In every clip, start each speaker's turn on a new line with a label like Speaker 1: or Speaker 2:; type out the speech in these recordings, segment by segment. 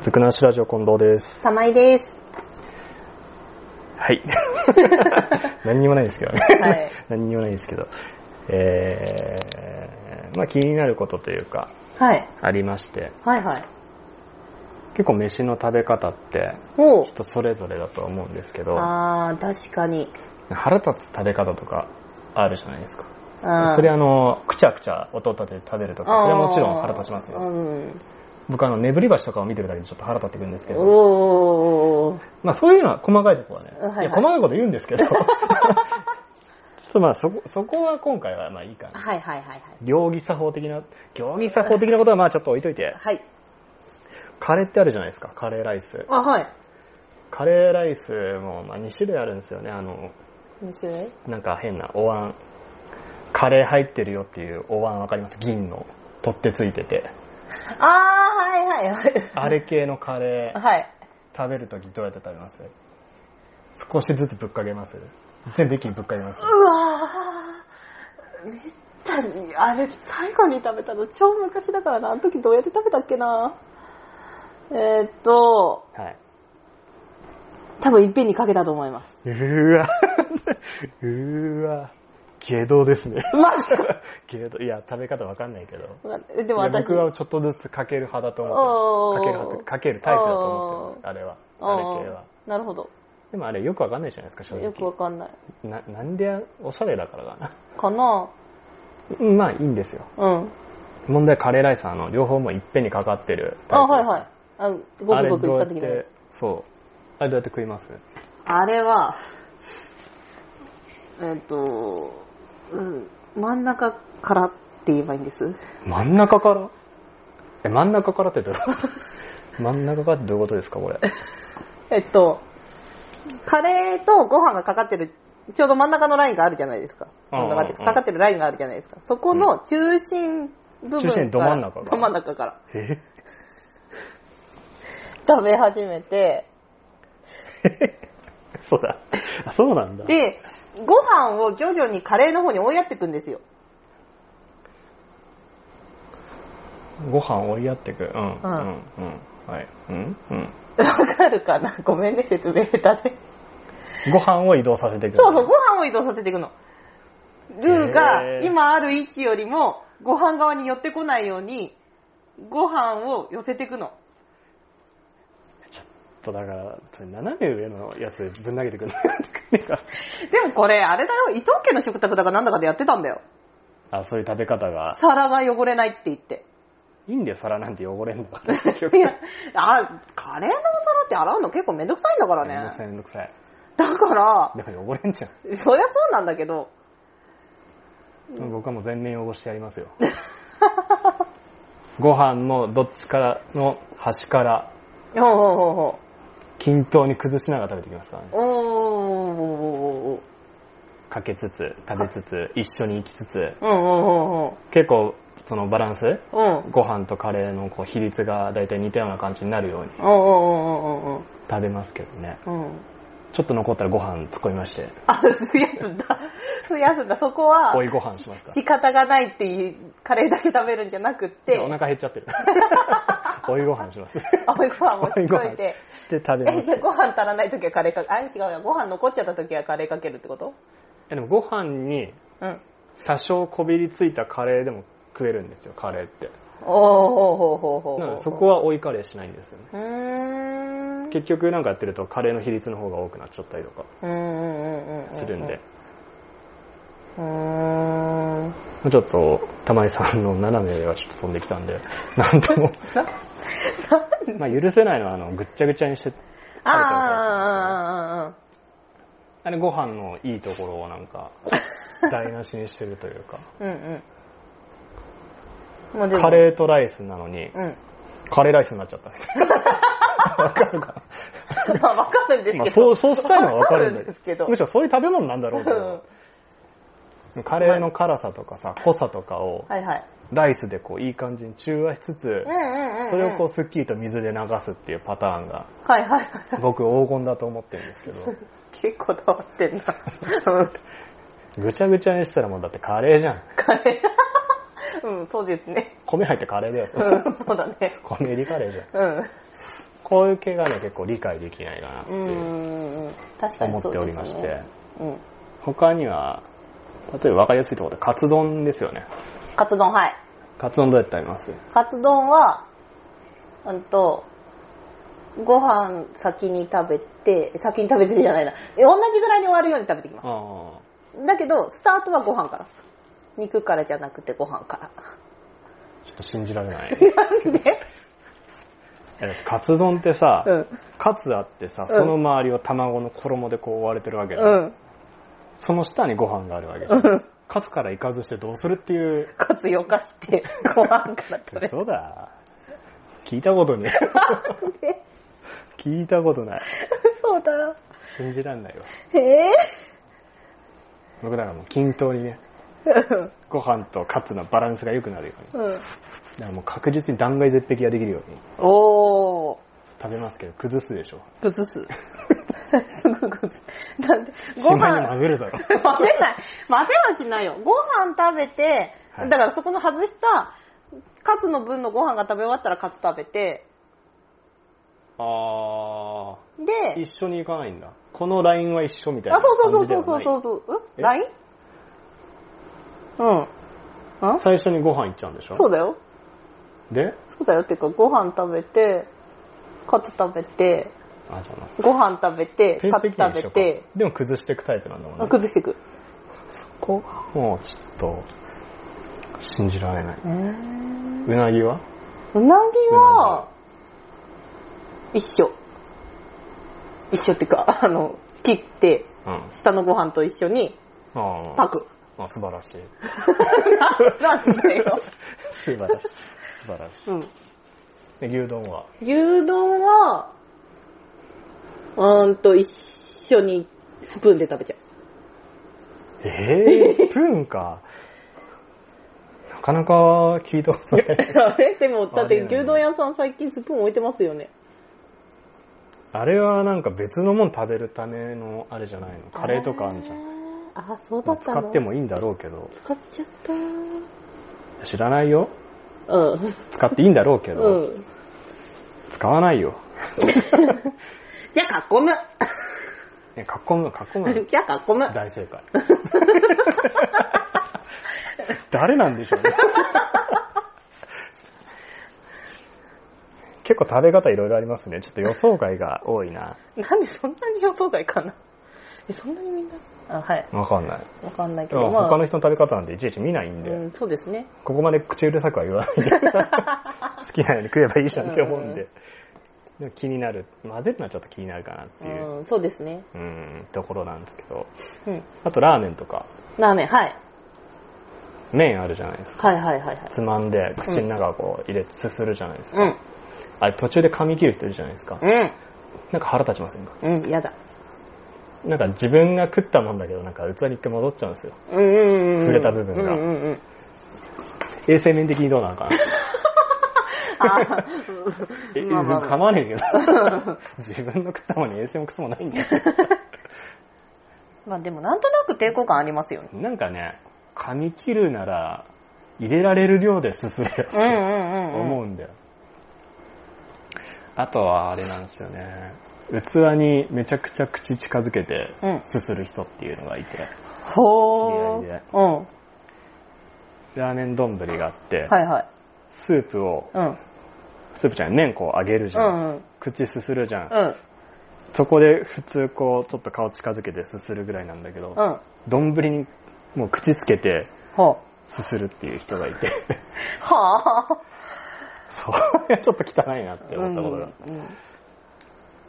Speaker 1: ずくなしラジオ近藤です。
Speaker 2: さまいです。
Speaker 1: はい。 何にもないですけどね。
Speaker 2: はい。
Speaker 1: 何にもないですけど。えー、まあ気になることというか、
Speaker 2: はい。
Speaker 1: ありまして、
Speaker 2: はいはい。
Speaker 1: 結構飯の食べ方って
Speaker 2: おう。
Speaker 1: 人それぞれだと思うんですけど、
Speaker 2: あー、確かに。
Speaker 1: 腹立つ食べ方とかあるじゃないですか。
Speaker 2: あー
Speaker 1: それあの、くちゃくちゃ音立てて食べるとか、それはもちろん腹立ちます
Speaker 2: う
Speaker 1: よ。
Speaker 2: ん。
Speaker 1: 僕あの、眠り橋とかを見てるだけでちょっと腹立ってくるんですけど、
Speaker 2: おー。
Speaker 1: まあそういうのは細かいところはね、
Speaker 2: はいはい
Speaker 1: いや細かいこと言うんです けど、ちょっとまあそこ、そこは今回はまあいいかな。
Speaker 2: はいはいはいはい。
Speaker 1: 行儀作法的な、行儀作法的なことはまあちょっと置いといて、
Speaker 2: はい。
Speaker 1: カレーってあるじゃないですか、カレーライス。
Speaker 2: あ、はい。
Speaker 1: カレーライスもまあ2種類あるんですよね、あの、
Speaker 2: 2種類
Speaker 1: なんか変なお椀。カレー入ってるよっていうお椀わかります銀の取ってついてて。
Speaker 2: あー、はいはいはい。
Speaker 1: あれ系のカレー
Speaker 2: はい。
Speaker 1: 食べるときどうやって食べます少しずつぶっかけます全部一気にぶっかけます
Speaker 2: うわー。めったに、あれ、最後に食べたの超昔だからな。あの時どうやって食べたっけな。えー、っと、
Speaker 1: はい。
Speaker 2: 多分いっぺんにかけたと思います。
Speaker 1: うーわ。うーわ。下道ですね。
Speaker 2: マ ジか。
Speaker 1: 下道。いや、食べ方わかんないけど。
Speaker 2: でも
Speaker 1: いや
Speaker 2: 私、
Speaker 1: 僕はちょっとずつかける派だと思ってる。かける
Speaker 2: おー
Speaker 1: 派とかけるタイプだと思ってる。あれは。
Speaker 2: あ
Speaker 1: あ
Speaker 2: ー
Speaker 1: れ系は。
Speaker 2: なるほど。
Speaker 1: でもあれよくわかんないじゃないですか、正
Speaker 2: よくわ
Speaker 1: 直。
Speaker 2: かんない。
Speaker 1: な、なんでおしゃれだからかな。
Speaker 2: かな
Speaker 1: うんまあいいんですよ。
Speaker 2: うん。
Speaker 1: 問題はカレーライスはあの両方もいっぺんにかかってるタ
Speaker 2: あ、
Speaker 1: イプ
Speaker 2: は
Speaker 1: で
Speaker 2: い
Speaker 1: す。
Speaker 2: はい。あの、ごくごく一
Speaker 1: あ
Speaker 2: 般
Speaker 1: れ
Speaker 2: 的
Speaker 1: どう
Speaker 2: な
Speaker 1: やっ
Speaker 2: や
Speaker 1: て、そう。あれどうやって食います
Speaker 2: つ。あれは、えっ、と、うん、真ん中からって言えばいいんです。
Speaker 1: 真ん中からえ、真ん中からってどういうこと真ん中からってどういうことですか、これ。
Speaker 2: えっと、カレーとご飯がかかってる、ちょうど真ん中のラインがあるじゃないですか。
Speaker 1: うんうんうん
Speaker 2: 真ん中っていうかかかってるラインがあるじゃないですか。そこの中心部分から、
Speaker 1: 中心ど真ん中から
Speaker 2: ど真ん中から
Speaker 1: え
Speaker 2: 食べ始めて、
Speaker 1: そうだ。あそうなんだ。
Speaker 2: で、ご飯を徐々にカレーの方に追いやっていくんですよ。
Speaker 1: ご飯追いやってく。うん。うん。
Speaker 2: う
Speaker 1: うんん。はい。うん。うん。
Speaker 2: わかるかなごめんね、説明下手で。
Speaker 1: ご飯を移動させていく。
Speaker 2: そうそう、ご飯を移動させていくの。ルー
Speaker 1: へ
Speaker 2: が
Speaker 1: ー
Speaker 2: 今ある位置よりもご飯側に寄ってこないように、ご飯を寄せていくの。
Speaker 1: ちょっとだから、それ斜め上のやつぶん投げてくんないか。
Speaker 2: でもこれ、あれだよ、伊藤家の食卓だかなんだかでやってたんだよ。
Speaker 1: あ、そういう食べ方が。
Speaker 2: 皿が汚れないって言って。
Speaker 1: いいんだよ、皿なんて汚れんのから。
Speaker 2: いや、あ、カレーのお皿って洗うの結構めんどくさいんだから
Speaker 1: めんどくさ
Speaker 2: ね。
Speaker 1: いめんどくさい。
Speaker 2: だから、
Speaker 1: でも汚れんじゃん。
Speaker 2: そりゃそうなんだけど、
Speaker 1: 僕はもう全面汚してやりますよ。ご飯のどっちからの端から
Speaker 2: ほうほうほうほう。
Speaker 1: 均等に崩しながら食べていきますからね。
Speaker 2: おーおーおーおーおー
Speaker 1: かけつつ、食べつつ、一緒に行きつつ、
Speaker 2: うんうん
Speaker 1: 結構そのバランス、
Speaker 2: うんうん。うん。
Speaker 1: ご飯とカレーのこう比率が大体似たような感じになるように
Speaker 2: おーおーおーおーおー
Speaker 1: 食べますけどね。
Speaker 2: うん。
Speaker 1: ちょっと残ったらご飯突っ込みまして、
Speaker 2: あ、増やすんだ。増やすんだ。そこは
Speaker 1: 追、いご飯しますから。
Speaker 2: 仕方がないっていう、カレーだけ食べるんじゃなくっ
Speaker 1: いやお
Speaker 2: て、
Speaker 1: 腹減っちゃって る。追いご飯します。
Speaker 2: 青いご飯を
Speaker 1: 追い
Speaker 2: し
Speaker 1: ご
Speaker 2: と
Speaker 1: 飯
Speaker 2: いて、
Speaker 1: して食べま
Speaker 2: え、
Speaker 1: す
Speaker 2: じゃ。あご飯足らない時はカレーかけ、あ、違うよ。ご飯残っちゃった時はカレーかけるってこと
Speaker 1: えでもご飯に
Speaker 2: うん。
Speaker 1: 多少こびりついたカレーでも食えるんですよ、カレーって。
Speaker 2: おーほうほうほうほう
Speaker 1: な
Speaker 2: ほ
Speaker 1: の
Speaker 2: う。
Speaker 1: でそこは追いカレーしないんですよね。
Speaker 2: うーん。う
Speaker 1: 結局なんかやってるとカレーの比率の方が多くなっちゃったりとか
Speaker 2: ーんうんうん。
Speaker 1: するんで、。
Speaker 2: うーん。
Speaker 1: ちょっと玉井さんの斜めがちょっと飛んできたんで、 なんとも、まあ許せないのはあのぐっちゃぐちゃにして、
Speaker 2: あーあーあーあーあー。
Speaker 1: あれご飯のいいところをなんか、台無しにしてるというか、
Speaker 2: うんうん。もうでも
Speaker 1: カレーとライスなのに、
Speaker 2: うん。
Speaker 1: カレーライスになっちゃったみたいな。わかるか
Speaker 2: まあ、わかるんです
Speaker 1: な、まあ、
Speaker 2: けど。
Speaker 1: そう、そうしたいのはわかるんだ
Speaker 2: わかるんですけ
Speaker 1: けど、
Speaker 2: ど
Speaker 1: むしろそういう食べ物なんだろうけ
Speaker 2: うん
Speaker 1: ど、カレーの辛さとかさ、濃さとかを、
Speaker 2: はいはい。
Speaker 1: ライスでこういい感じに中和しつつ、
Speaker 2: うんうんうん、うん。
Speaker 1: それをこうスッキリと水で流すっていうパターンが
Speaker 2: はいはいはい。
Speaker 1: 僕黄金だと思ってるんですけど、
Speaker 2: 結構溜まってんな。うん
Speaker 1: ぐちゃぐちゃにしたらもうだってカレーじゃん。
Speaker 2: カレ ー。うん、そうですね。
Speaker 1: 米入ってカレーだよ、それ
Speaker 2: うん、そうだね。
Speaker 1: 米入りカレーじゃん。
Speaker 2: うん。
Speaker 1: こういう系がね、結構理解できないかなって
Speaker 2: う
Speaker 1: いう
Speaker 2: ーん確か
Speaker 1: 思
Speaker 2: にそ
Speaker 1: っ
Speaker 2: う
Speaker 1: てお
Speaker 2: で
Speaker 1: り
Speaker 2: す
Speaker 1: まして、
Speaker 2: ね。うん。
Speaker 1: 他には、例えば分かりやすいところで、カツ丼ですよね。
Speaker 2: カツ丼、はい。
Speaker 1: カツ丼どうやって食べます
Speaker 2: カツ丼は、うんと、ご飯先に食べて、先に食べてじゃないな。え同じぐらいに終わるように食べてきま
Speaker 1: あ
Speaker 2: す。だけど、スタートはご飯から。肉からじゃなくてご飯から。
Speaker 1: あ、ちょっと信じられない。
Speaker 2: なん で
Speaker 1: いやだってカツ丼ってさ、
Speaker 2: うん。
Speaker 1: カツあってさ、
Speaker 2: うん
Speaker 1: その周りを卵の衣でこう覆われてるわけだ、
Speaker 2: うん。
Speaker 1: その下にご飯があるわけじゃん
Speaker 2: うん。
Speaker 1: カツから行かずしてどうするっていう。
Speaker 2: カツよか して、ご飯から食べる。
Speaker 1: 嘘だ。聞いたことね。
Speaker 2: なんで
Speaker 1: 聞いたことない。
Speaker 2: そうだ。
Speaker 1: 信じらんないわ。
Speaker 2: へえ
Speaker 1: 僕だからもう均等にね、ご飯とカツのバランスが良くなるように。だ
Speaker 2: うん。
Speaker 1: からもう確実に断崖絶壁ができるように
Speaker 2: おー。
Speaker 1: 食べますけど、崩すでしょ。
Speaker 2: 崩す。すごい崩す。 なんで、
Speaker 1: し
Speaker 2: ご
Speaker 1: まいに
Speaker 2: 飯
Speaker 1: 混、ぜるだろ。
Speaker 2: 混ぜない。混ぜはしないよ。ご飯食べて、
Speaker 1: はい
Speaker 2: だからそこの外した、カツの分のご飯が食べ終わったらカツ食べて、
Speaker 1: あー、
Speaker 2: で、
Speaker 1: 一緒に行かないんだ。このラインは一緒みたい
Speaker 2: あ、
Speaker 1: な
Speaker 2: そうそ
Speaker 1: 感
Speaker 2: う
Speaker 1: じで
Speaker 2: そ
Speaker 1: は
Speaker 2: うそう
Speaker 1: ない。
Speaker 2: そうそうそう。
Speaker 1: え
Speaker 2: ん ?LINE? うん。ん
Speaker 1: 最初にご飯行っちゃうんでしょ
Speaker 2: そうだよ。
Speaker 1: で
Speaker 2: そうだよ。っていうか、ご飯食べて、カツ食べて、
Speaker 1: あ、じゃあな。
Speaker 2: ご飯食べて、カツ食べて、
Speaker 1: でも崩していくタイプなんだもん
Speaker 2: あ
Speaker 1: ね。
Speaker 2: 崩していく。
Speaker 1: ここもうちょっと、信じられない。
Speaker 2: うな
Speaker 1: うなぎは
Speaker 2: ぎは、一緒。一緒っていうか、あの、切って、
Speaker 1: うん。
Speaker 2: 下のご飯と一緒に
Speaker 1: あ
Speaker 2: パク。
Speaker 1: あ、あ素晴らしい。
Speaker 2: なんでよ。
Speaker 1: 素晴らしい。素晴らし
Speaker 2: うん。
Speaker 1: い。で牛丼は
Speaker 2: 牛丼は、うーんと、一緒にスプーンで食べちゃ
Speaker 1: ええ ー、スプーンか。なかなか聞いたこと ない。
Speaker 2: う。あれでも、だっ
Speaker 1: ありえないね
Speaker 2: て牛丼屋さん最近スプーン置いてますよね。
Speaker 1: あれはなんか別のもん食べるためのあれじゃないの。カレーとかあんじゃん。
Speaker 2: ん。あ、そう
Speaker 1: ま
Speaker 2: だ
Speaker 1: あ
Speaker 2: った
Speaker 1: 使
Speaker 2: の
Speaker 1: って。もいいんだろうけど。
Speaker 2: 使っちゃった
Speaker 1: 知らないよ。
Speaker 2: うん。
Speaker 1: 使っていいんだろうけど。
Speaker 2: うん。
Speaker 1: 使わないよ。
Speaker 2: じゃあ、囲む。
Speaker 1: ね、囲む、囲む。
Speaker 2: じゃあ、囲む。
Speaker 1: 大正解。誰なんでしょう ね。結構食べ方いろいろありますね。ちょっと予想外が多いな。
Speaker 2: なんでそんなに予想外かなえ、そんなにみんなあ、はい。
Speaker 1: わかんない。
Speaker 2: わかんないけ
Speaker 1: でも
Speaker 2: ど、まあ、
Speaker 1: 他の人の食べ方なんていちいち見ないんで、
Speaker 2: うん、そうですね。
Speaker 1: ここまで口うるさくは言わ ないんで、好きなように食えばいいじゃんって思うんで、でも気になる。混ぜるのはちょっと気になるかなっていう、
Speaker 2: うん、そうですね。
Speaker 1: うん、ところなんですけど。
Speaker 2: うん。
Speaker 1: あとラーメンとか、
Speaker 2: ラーメン、はい。
Speaker 1: 麺あるじゃないですか。
Speaker 2: はいはいはいはい。
Speaker 1: つまんで、口の中をこう入れてすするじゃないですか。
Speaker 2: うん。
Speaker 1: あれ途中で噛み切る人いるじゃないですか。
Speaker 2: うん。
Speaker 1: なんか腹立ちませんか
Speaker 2: うん、やだ。
Speaker 1: なんか自分が食ったもんだけど、なんか器に一回戻っちゃうんですよ。
Speaker 2: うんうんうんうん。
Speaker 1: 触れた部分が
Speaker 2: うんうんうん。
Speaker 1: 衛生面的にどうなのかな
Speaker 2: あ
Speaker 1: え、
Speaker 2: まあまあまあ
Speaker 1: 噛まねえけど。自分の食ったもんに衛生もクソもないんだよ。
Speaker 2: まあでも、なんとなく抵抗感ありますよね。
Speaker 1: なんかね、噛み切るなら、入れられる量ですすれよ
Speaker 2: うんうんうん。
Speaker 1: 思
Speaker 2: う。
Speaker 1: うんだよ。あとはあれなんですよね。器にめちゃくちゃ口近づけて
Speaker 2: うん、
Speaker 1: すする人っていうのがいて。
Speaker 2: ほー。
Speaker 1: 知り合いで
Speaker 2: うん。
Speaker 1: ラーメン丼があって、
Speaker 2: はいはい。
Speaker 1: スープを、
Speaker 2: うん。
Speaker 1: スープじゃん、麺こう揚げるじ
Speaker 2: う
Speaker 1: ゃん。
Speaker 2: んうん。
Speaker 1: 口すするじゃん。
Speaker 2: うん。
Speaker 1: そこで普通こう、ちょっと顔近づけてすするぐらいなんだけど
Speaker 2: う、ん。
Speaker 1: 丼、にもう口つけて
Speaker 2: ほう。
Speaker 1: すするっていう人がい て、
Speaker 2: はぁ。
Speaker 1: それはちょっと汚いなって思ったことが。
Speaker 2: うんうん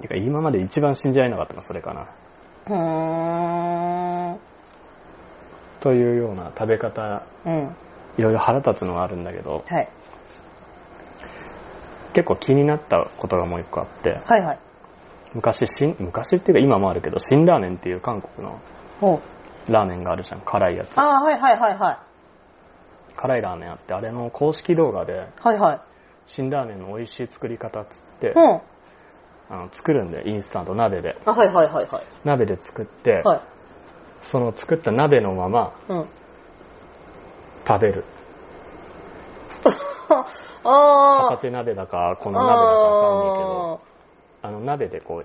Speaker 1: てか今まで一番信じられなかったのはそれかな。
Speaker 2: ふーん。
Speaker 1: というような食べ方、
Speaker 2: うん。
Speaker 1: いろいろ腹立つのはあるんだけど、
Speaker 2: はい。
Speaker 1: 結構気になったことがもう一個あって、
Speaker 2: はいはい。
Speaker 1: 昔、新昔っていうか今もあるけど、辛ラーメンっていう韓国の
Speaker 2: ほう。
Speaker 1: ラーメンがあるじゃん、辛いやつ。
Speaker 2: ああ、はいはいはいは
Speaker 1: 辛いラーメンあって、あれの公式動画で、
Speaker 2: い。はいはい。
Speaker 1: 辛ラーメンの美味しい作り方っつって、
Speaker 2: うん。あ、
Speaker 1: あの作るんで、インスタント鍋で。
Speaker 2: はいはいはいはい。
Speaker 1: 鍋で作って、
Speaker 2: はい。
Speaker 1: その作った鍋のまま
Speaker 2: うん。
Speaker 1: 食べる。
Speaker 2: ああ。
Speaker 1: 片手鍋だか、こ
Speaker 2: こ
Speaker 1: の鍋だかわかんないけど、あの、鍋でこ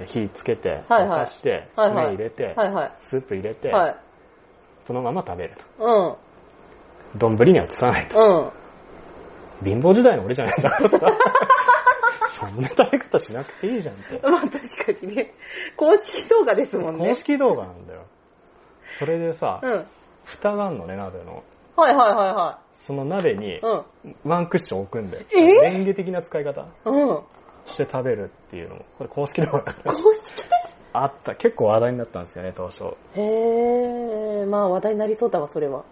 Speaker 1: う、火つけて、
Speaker 2: はいはい
Speaker 1: 沸かして、
Speaker 2: はいはい
Speaker 1: 麺入れて、
Speaker 2: はいはい。
Speaker 1: スープ入れて、
Speaker 2: はい。
Speaker 1: そのまま食べると。
Speaker 2: うん。
Speaker 1: 丼には移さ ないと。
Speaker 2: うん。
Speaker 1: 貧乏時代の俺じゃないんだからさ。そんな食べ方しなくていいじゃんって。
Speaker 2: まあ確かにね。公式動画ですもん
Speaker 1: 公
Speaker 2: ね。
Speaker 1: 式動画なんだよ。それでさ、
Speaker 2: うん。
Speaker 1: 蓋があんのね、鍋の。
Speaker 2: はいはいはいは
Speaker 1: その鍋に
Speaker 2: い。うん。
Speaker 1: ワンクッション置くんだよ。
Speaker 2: え
Speaker 1: レンゲ的な使い方
Speaker 2: うん。
Speaker 1: して食べるっていうのも、これ公式動画だから
Speaker 2: 公式
Speaker 1: あった。結構話題になったんですよね、当初。
Speaker 2: へえ、まあ話題になりそうだわ、それは。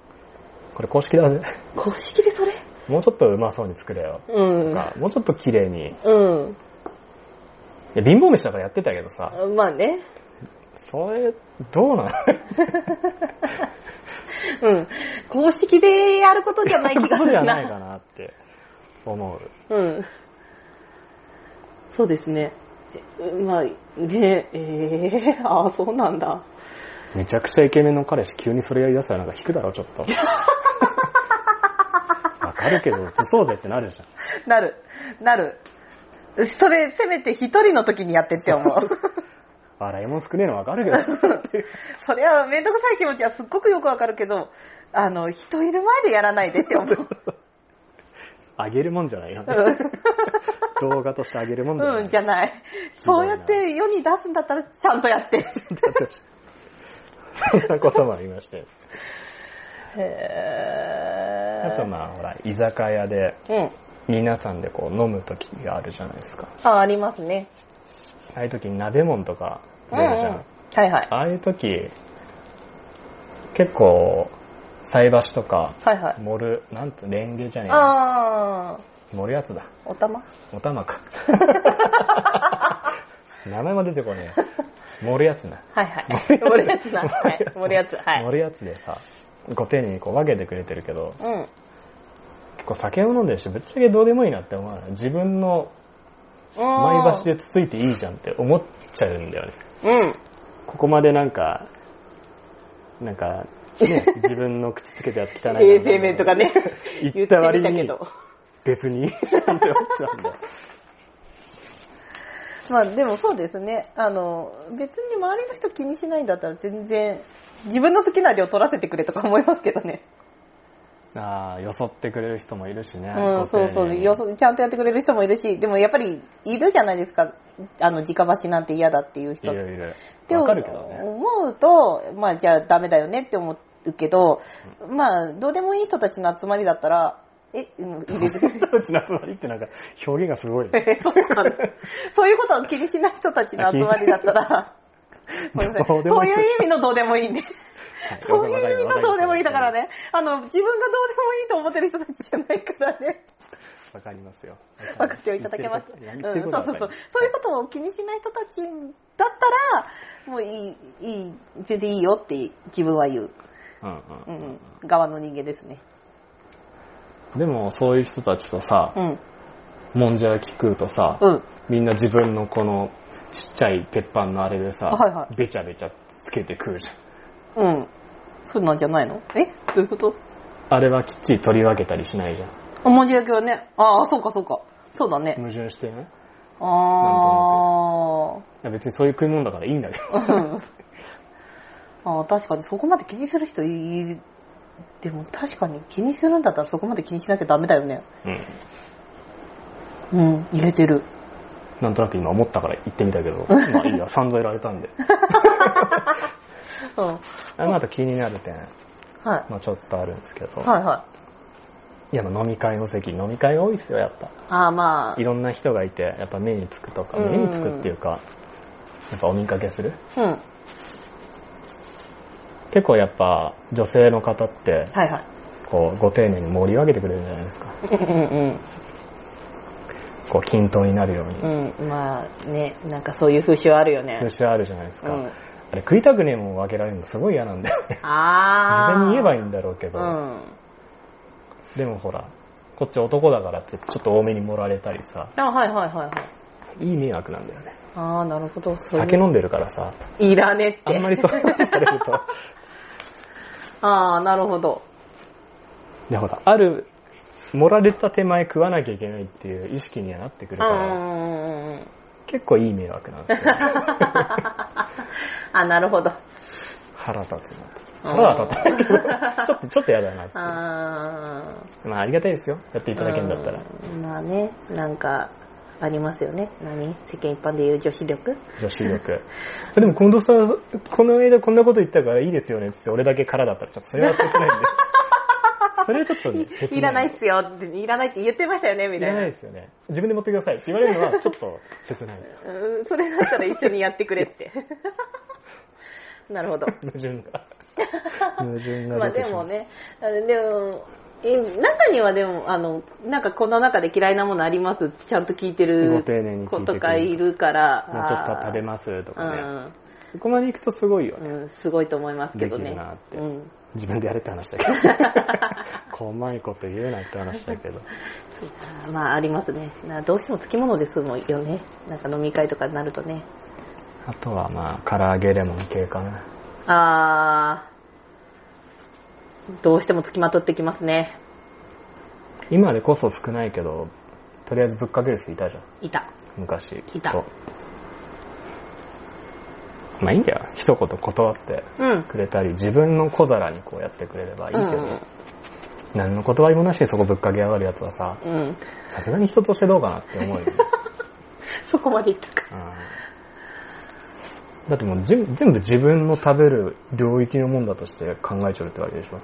Speaker 1: これ公式だぜ。
Speaker 2: 公式でそれ
Speaker 1: もうちょっとうまそうに作れよ。
Speaker 2: うん
Speaker 1: と。か、もうちょっと綺麗に。い
Speaker 2: うん。
Speaker 1: や、貧乏飯だからやってたけどさ、
Speaker 2: まあね。
Speaker 1: それ、どうなの
Speaker 2: うん。公式でやることじゃない気が す
Speaker 1: そうじゃ
Speaker 2: る
Speaker 1: ない
Speaker 2: な。
Speaker 1: かなって思う。
Speaker 2: うん。そうですね。えまあ、ねえー、ああ、そうなんだ。
Speaker 1: めちゃくちゃイケメンの彼氏急にそれやりだしたらなんか引くだろ、ちょっ と。わかるけど、映そうぜってなるじゃん。
Speaker 2: なる、なる。それ、せめて一人の時にやってって思う。
Speaker 1: 笑いもん少ねえのわかるけど、ってい う
Speaker 2: それはめんどくさい気持ちはすっごくよくわかるけど、あの、人いる前でやらないでって思う。
Speaker 1: あげるもんじゃないよね。
Speaker 2: うん
Speaker 1: 動画としてあげるもんじゃない。
Speaker 2: うん、じゃない。そうやって世に出すんだったらちゃんとやって。
Speaker 1: そんなこともありま して。
Speaker 2: へ
Speaker 1: あとまあ、ほら、居酒屋で
Speaker 2: あ。うん。
Speaker 1: 皆さんでこう飲む時があるじゃないですか。
Speaker 2: あ、ありますね。
Speaker 1: ああいう時に鍋もんとか
Speaker 2: う
Speaker 1: 出
Speaker 2: ん、うん。
Speaker 1: るじゃん。
Speaker 2: はいはい。
Speaker 1: ああいう時、結構、菜箸とか、
Speaker 2: はいはい。
Speaker 1: 盛る、なんと、レンゲじゃねえな
Speaker 2: ああ、
Speaker 1: 盛るやつだ。
Speaker 2: おたま
Speaker 1: お玉 か。名前も出てこねえ。盛るやつな。
Speaker 2: はいはい。盛るやつな。はい。 盛るやつ。は
Speaker 1: 盛
Speaker 2: い。
Speaker 1: るやつでさ、ご丁寧にこう分けてくれてるけど、
Speaker 2: うん。
Speaker 1: 結構酒を飲んでるし、ぶっちゃけどうでもいいなって思わない。自分の前箸でつついていいじゃんって思っちゃうんだよね。
Speaker 2: うん。
Speaker 1: ここまでなんか、なんか、 ね、自分の口つけたやつ汚いな。
Speaker 2: 衛生面とか ね。
Speaker 1: 言った割に
Speaker 2: 言ってみたけど。
Speaker 1: 別に。 って思っちゃうんだよ。
Speaker 2: まあでもそうですね。あの、別に周りの人気にしないんだったら全然、自分の好きな量取らせてくれとか思いますけどね。
Speaker 1: ああ、よそってくれる人もいるしね。
Speaker 2: うん、
Speaker 1: ご丁
Speaker 2: そ
Speaker 1: 寧に
Speaker 2: うそう、よそちゃんとやってくれる人もいるし、でもやっぱりいるじゃないですか、あの、直橋なんて嫌だっていう
Speaker 1: い
Speaker 2: 人。
Speaker 1: るいる。
Speaker 2: でも
Speaker 1: わかるけどね。
Speaker 2: 思うと、まあじゃあダメだよねって思うけど、まあ、どうでもいい人たちの集まりだったら、え、うん、 入れて
Speaker 1: うちの集まりってなんか表現がすごいね。
Speaker 2: そうなのそういうことを気にしない人たちの集まりだっ たら、ごめんなさ
Speaker 1: ど
Speaker 2: いそう
Speaker 1: うでもいい
Speaker 2: いう意味のどうでもいいんで。
Speaker 1: はい
Speaker 2: そういう意味のどうでもいいだから
Speaker 1: わかり
Speaker 2: ね。あの、自分がどうでもいいと思ってる人たちじゃないからね。
Speaker 1: ます。わかりますよ。
Speaker 2: 分かっていただけました。
Speaker 1: 言
Speaker 2: う
Speaker 1: っ
Speaker 2: ん、
Speaker 1: て
Speaker 2: そう
Speaker 1: ること
Speaker 2: そう
Speaker 1: は
Speaker 2: そ
Speaker 1: わ
Speaker 2: う。
Speaker 1: かります
Speaker 2: そういうことを気にしない人たちだったら、もういい、いい、全然いいよって自分は言う。う
Speaker 1: うん
Speaker 2: ん
Speaker 1: うんうん
Speaker 2: うん、側の人間ですね。
Speaker 1: でも、そういう人たちとさ
Speaker 2: う、ん。
Speaker 1: もんじゃ焼き食うとさ、
Speaker 2: うん。
Speaker 1: みんな自分のこのちっちゃい鉄板のあれでさ、
Speaker 2: はいは
Speaker 1: べちゃべちゃつけて食うじゃん。
Speaker 2: うん。そうなんじゃないのえどういうこと
Speaker 1: あれはきっちり取り分けたりしないじゃん。
Speaker 2: あ、文字焼きはね。ああ、そうかそうか。そうだね。
Speaker 1: 矛盾してね。
Speaker 2: ああ。
Speaker 1: いや別にそういう食い物だからいいんだけど。
Speaker 2: うんあー確かにそこまで気にする人いるでも確かに気にするんだったらそこまで気にしなきゃダメだよね
Speaker 1: うん。
Speaker 2: うん入れてる
Speaker 1: なんとなく今思ったから言ってみたけ ど、まあいいや、散々やられたんで。
Speaker 2: うん
Speaker 1: あまた気になる点、
Speaker 2: は
Speaker 1: まあちょっとあるんですけ
Speaker 2: い
Speaker 1: ど、
Speaker 2: はいは
Speaker 1: い
Speaker 2: い
Speaker 1: やまあ飲み会の席、飲み会が多いですよ、やっぱ。
Speaker 2: ああまあ
Speaker 1: いろんな人がいて、やっぱ目につくとか、
Speaker 2: うん
Speaker 1: 目につくっていうか、やっぱお見かけする。
Speaker 2: うんはい
Speaker 1: 結構やっぱ女性の方って、
Speaker 2: はい
Speaker 1: こう、ご丁寧に盛り上げてくれるじゃないですか。
Speaker 2: うん
Speaker 1: こう、均等になるように。
Speaker 2: うんうんまあねなんかそういう風習あるよね
Speaker 1: 風習あるじゃないです
Speaker 2: う
Speaker 1: か。
Speaker 2: ん
Speaker 1: あれ食いたくねえもん分けられるのすごい嫌なんだよね。
Speaker 2: ああ
Speaker 1: 事前に言えばいい
Speaker 2: ん
Speaker 1: んだろうけど、
Speaker 2: うん
Speaker 1: でもほら、こっち男だからってちょっと多めに盛られたりさ、
Speaker 2: あはいはいはいはい
Speaker 1: いい迷惑なんだよね。
Speaker 2: ああなるほどそういう
Speaker 1: 酒飲んでるからさ、
Speaker 2: いらねって
Speaker 1: あんまりそういうことされる と、
Speaker 2: ああなるほど
Speaker 1: でほら、ある、盛られた手前食わなきゃいけないっていう意識にはなってく
Speaker 2: う
Speaker 1: る
Speaker 2: ん
Speaker 1: から、
Speaker 2: うんうんうん
Speaker 1: 結構いい迷惑なん ですよ。
Speaker 2: あ、なるほど。
Speaker 1: 腹立つなと。腹は立たない けど、ちょっと、ちょっと嫌だなって。
Speaker 2: あー
Speaker 1: まあありがたいですよ。やっていただけるんだったら。
Speaker 2: うんまあね、なんか、ありますよね。何世間一般で言う女子力
Speaker 1: 女子力。でも、近藤さん、この間こんなこと言ったからいいですよねってって、俺だけ空だったら、ちょっとそれは切ない んで。それはちょっとね、切
Speaker 2: いらないっすよって、いらないって言ってましたよね、み
Speaker 1: い
Speaker 2: たい
Speaker 1: ら
Speaker 2: な。
Speaker 1: ないですよね。自分で持ってくださいって言われるのは、ちょっと切ない。
Speaker 2: うん、それだったら一緒にやってくれ って。なるほど。
Speaker 1: 矛盾 が。矛盾が。
Speaker 2: まあでも。ね、あのでも、え中にはでも、あの、なんかこの中で嫌いなものありますちゃんと聞いて
Speaker 1: ご
Speaker 2: る
Speaker 1: 丁寧に聞いてく
Speaker 2: 子
Speaker 1: れる
Speaker 2: とかいるから。
Speaker 1: もうちょっと食べ
Speaker 2: ま
Speaker 1: ますとかね。そこまで行くとすごいよね。
Speaker 2: うん、すごいと思いますけどね。
Speaker 1: できるなって
Speaker 2: うん。
Speaker 1: 自分でやれって話だけ ど。細いこと言うなって話だけど。
Speaker 2: まあありますね。などうしてもつきものですもんよね。なんか飲み会とかになるとね。
Speaker 1: あとはまあ、唐揚げレモン系かな。
Speaker 2: あー、どうしてもつきまとってきますね。
Speaker 1: 今でこそ少ないけど、とりあえずぶっかける人いたじゃん。
Speaker 2: いた。
Speaker 1: 昔。
Speaker 2: いた
Speaker 1: きっとまあいいんだよ。一言断って
Speaker 2: うん。
Speaker 1: くれたり、自分の小皿にこうやってくれればいいけど、
Speaker 2: うん
Speaker 1: 何の断りもなしでそこぶっかけ上がるやつはさ、
Speaker 2: うん。
Speaker 1: さすがに人としてどうかなって思うよ ね。
Speaker 2: そこまでいったか。
Speaker 1: うんだってもうじ全部自分の食べる領域のもんだとして考えちゃうってわけでしょ。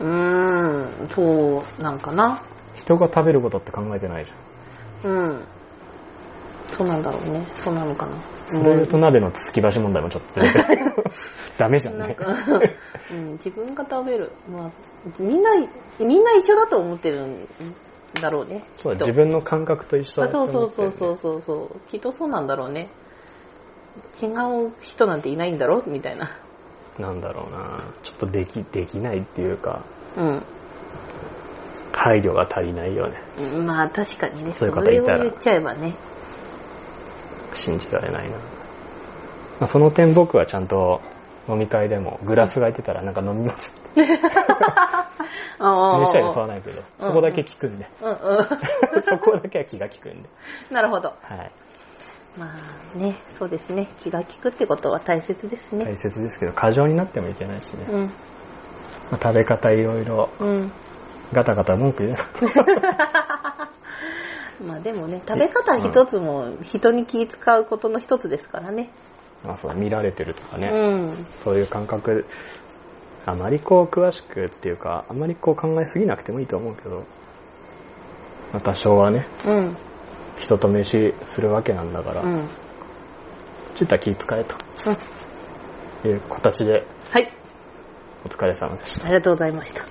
Speaker 2: うーん、そう、なんかな。
Speaker 1: 人が食べることって考えてないじゃん。
Speaker 2: うん。そうなんだろうね。そうなのかな。
Speaker 1: それと鍋のつつき橋問題もちょっと出て くるダメじゃ
Speaker 2: うんなん
Speaker 1: ね
Speaker 2: か、うん、自分が食べる。まあ、みんな、みんな一緒だと思ってるんだろうね。
Speaker 1: そう
Speaker 2: きっと
Speaker 1: 自分の感覚と一緒
Speaker 2: あ
Speaker 1: だと
Speaker 2: そうそ
Speaker 1: 思っ
Speaker 2: う
Speaker 1: て
Speaker 2: そ
Speaker 1: る
Speaker 2: うそうそうそう。きっとそうなんだろうね。違う人なんていないんだろうみたいな。
Speaker 1: なんだろうなちょっとできできないっていうか
Speaker 2: うん。
Speaker 1: 配慮が足りないよね
Speaker 2: うんまあ確かにね、
Speaker 1: そういう方いたら
Speaker 2: それを言っちゃえ ばね。
Speaker 1: 信じられないな、まあ、その点僕はちゃんと飲み会でもグラスが空いてたらなんか飲みますって
Speaker 2: あ
Speaker 1: 飯は
Speaker 2: あ
Speaker 1: 誘わないけどそこだけ聞くんで
Speaker 2: うんうん。
Speaker 1: そこだけは気が利くんで
Speaker 2: なるほど。
Speaker 1: はい
Speaker 2: まあね、そうですね。気が利くってことは大切ですね。
Speaker 1: 大切ですけど過剰になってもいけないしね、
Speaker 2: うん。
Speaker 1: まあ食べ方いろいろ
Speaker 2: うん。
Speaker 1: ガタガタ文句言う な
Speaker 2: まあでもね、食べ方一つも人に気使うことの一つですからね。
Speaker 1: まあそう見られてるとか
Speaker 2: う
Speaker 1: ね、
Speaker 2: ん。
Speaker 1: そういう感覚、あまりこう詳しくっていうか、あまりこう考えすぎなくてもいいと思うけど、まあ多少はね、
Speaker 2: うん。
Speaker 1: 人と飯するわけなんだから、
Speaker 2: うん。うん。
Speaker 1: ちょっとは気遣えという形で
Speaker 2: はい。
Speaker 1: お疲れ様でした。
Speaker 2: ありがとうございました。